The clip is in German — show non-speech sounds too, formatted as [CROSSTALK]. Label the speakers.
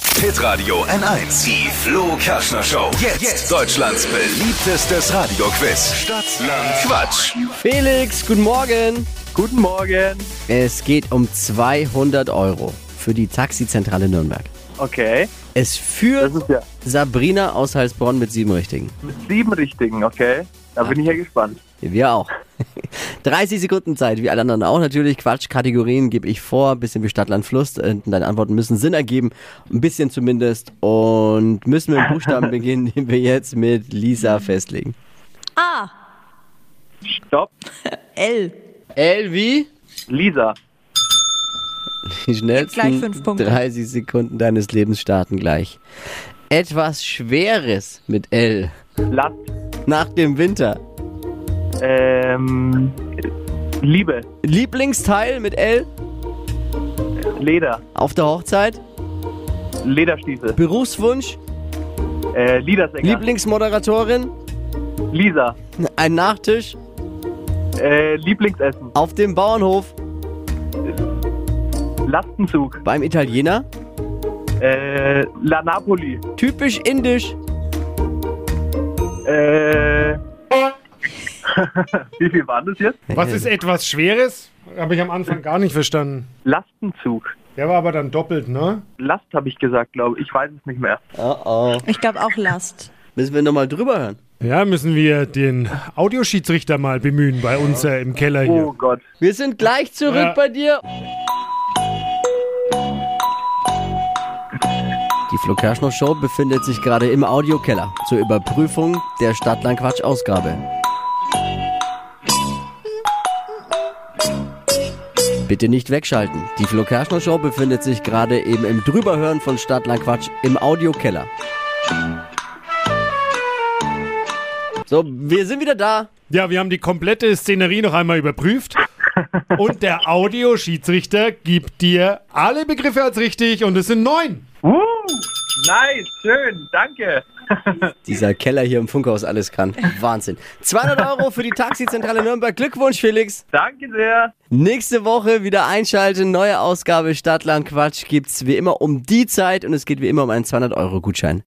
Speaker 1: Hitradio N1. Die Flo Kaschner Show. Jetzt. Deutschlands beliebtestes Radioquiz. Stadt, Land, Quatsch.
Speaker 2: Felix, guten Morgen.
Speaker 3: Guten Morgen.
Speaker 2: Es geht um 200 Euro für die Taxizentrale Nürnberg.
Speaker 3: Okay.
Speaker 2: Es führt
Speaker 3: Das ist ja
Speaker 2: Sabrina aus Heilsbronn mit sieben Richtigen.
Speaker 3: mit sieben richtigen, okay. Da bin ich ja gespannt.
Speaker 2: Wir auch. [LAUGHS] 30 Sekunden Zeit, wie alle anderen auch natürlich. Quatsch, Kategorien gebe ich vor, bisschen wie Stadt, Land, Fluss. Äh, Deine Antworten müssen Sinn ergeben, ein bisschen zumindest. Und müssen wir mit dem
Speaker 3: [LAUGHS]
Speaker 2: Buchstaben beginnen, den wir jetzt mit Lisa
Speaker 3: Mhm.
Speaker 2: festlegen.
Speaker 3: Stopp.
Speaker 4: Ah, L.
Speaker 2: L wie?
Speaker 3: Lisa.
Speaker 2: Die schnellsten
Speaker 4: Gleich fünf Punkte.
Speaker 2: 30 Sekunden deines Lebens starten gleich. Etwas Schweres mit L.
Speaker 3: Last.
Speaker 2: Nach dem Winter.
Speaker 3: Ähm, Liebe.
Speaker 2: Lieblingsteil mit L.
Speaker 3: Leder.
Speaker 2: Auf der Hochzeit.
Speaker 3: Lederstiefel.
Speaker 2: Berufswunsch.
Speaker 3: Äh, Liedersänger.
Speaker 2: Lieblingsmoderatorin.
Speaker 3: Lisa.
Speaker 2: Ein Nachtisch.
Speaker 3: Äh, Lieblingsessen.
Speaker 2: Auf dem Bauernhof.
Speaker 3: Lastenzug.
Speaker 2: Beim Italiener.
Speaker 3: Äh, La Napoli.
Speaker 2: Typisch indisch.
Speaker 3: Äh, [LAUGHS] wie viel waren das jetzt?
Speaker 5: Was ist etwas Schweres? Habe ich am Anfang gar nicht verstanden.
Speaker 3: Lastenzug.
Speaker 5: Der war aber dann doppelt, ne?
Speaker 3: Last habe ich gesagt, glaube ich. Ich weiß es nicht mehr.
Speaker 2: Oh oh.
Speaker 4: Ich glaube auch Last.
Speaker 2: Müssen wir nochmal drüber hören.
Speaker 5: Ja, müssen wir den Audioschiedsrichter mal bemühen bei uns äh, im Keller hier.
Speaker 3: Oh Gott.
Speaker 2: Wir sind gleich zurück
Speaker 5: Ja.
Speaker 2: bei dir. Die Flo Kerschner Show befindet sich gerade im Audiokeller zur Überprüfung der Stadtlandquatsch-Ausgabe. Bitte nicht wegschalten. Die Flo Kerschner Show befindet sich gerade eben im Drüberhören von Stadtlandquatsch im Audiokeller. So, wir sind wieder da.
Speaker 5: Ja, wir haben die komplette Szenerie noch einmal überprüft. Und der Audioschiedsrichter gibt dir alle Begriffe als richtig und es sind neun.
Speaker 3: Woo! Nice. Schön. Danke. [LAUGHS]
Speaker 2: Dieser Keller hier im Funkhaus alles kann. Wahnsinn. 200 Euro für die Taxizentrale Nürnberg. Glückwunsch, Felix.
Speaker 3: Danke sehr.
Speaker 2: Nächste Woche wieder einschalten. Neue Ausgabe Stadtland Quatsch gibt's wie immer um die Zeit und es geht wie immer um einen 200 Euro Gutschein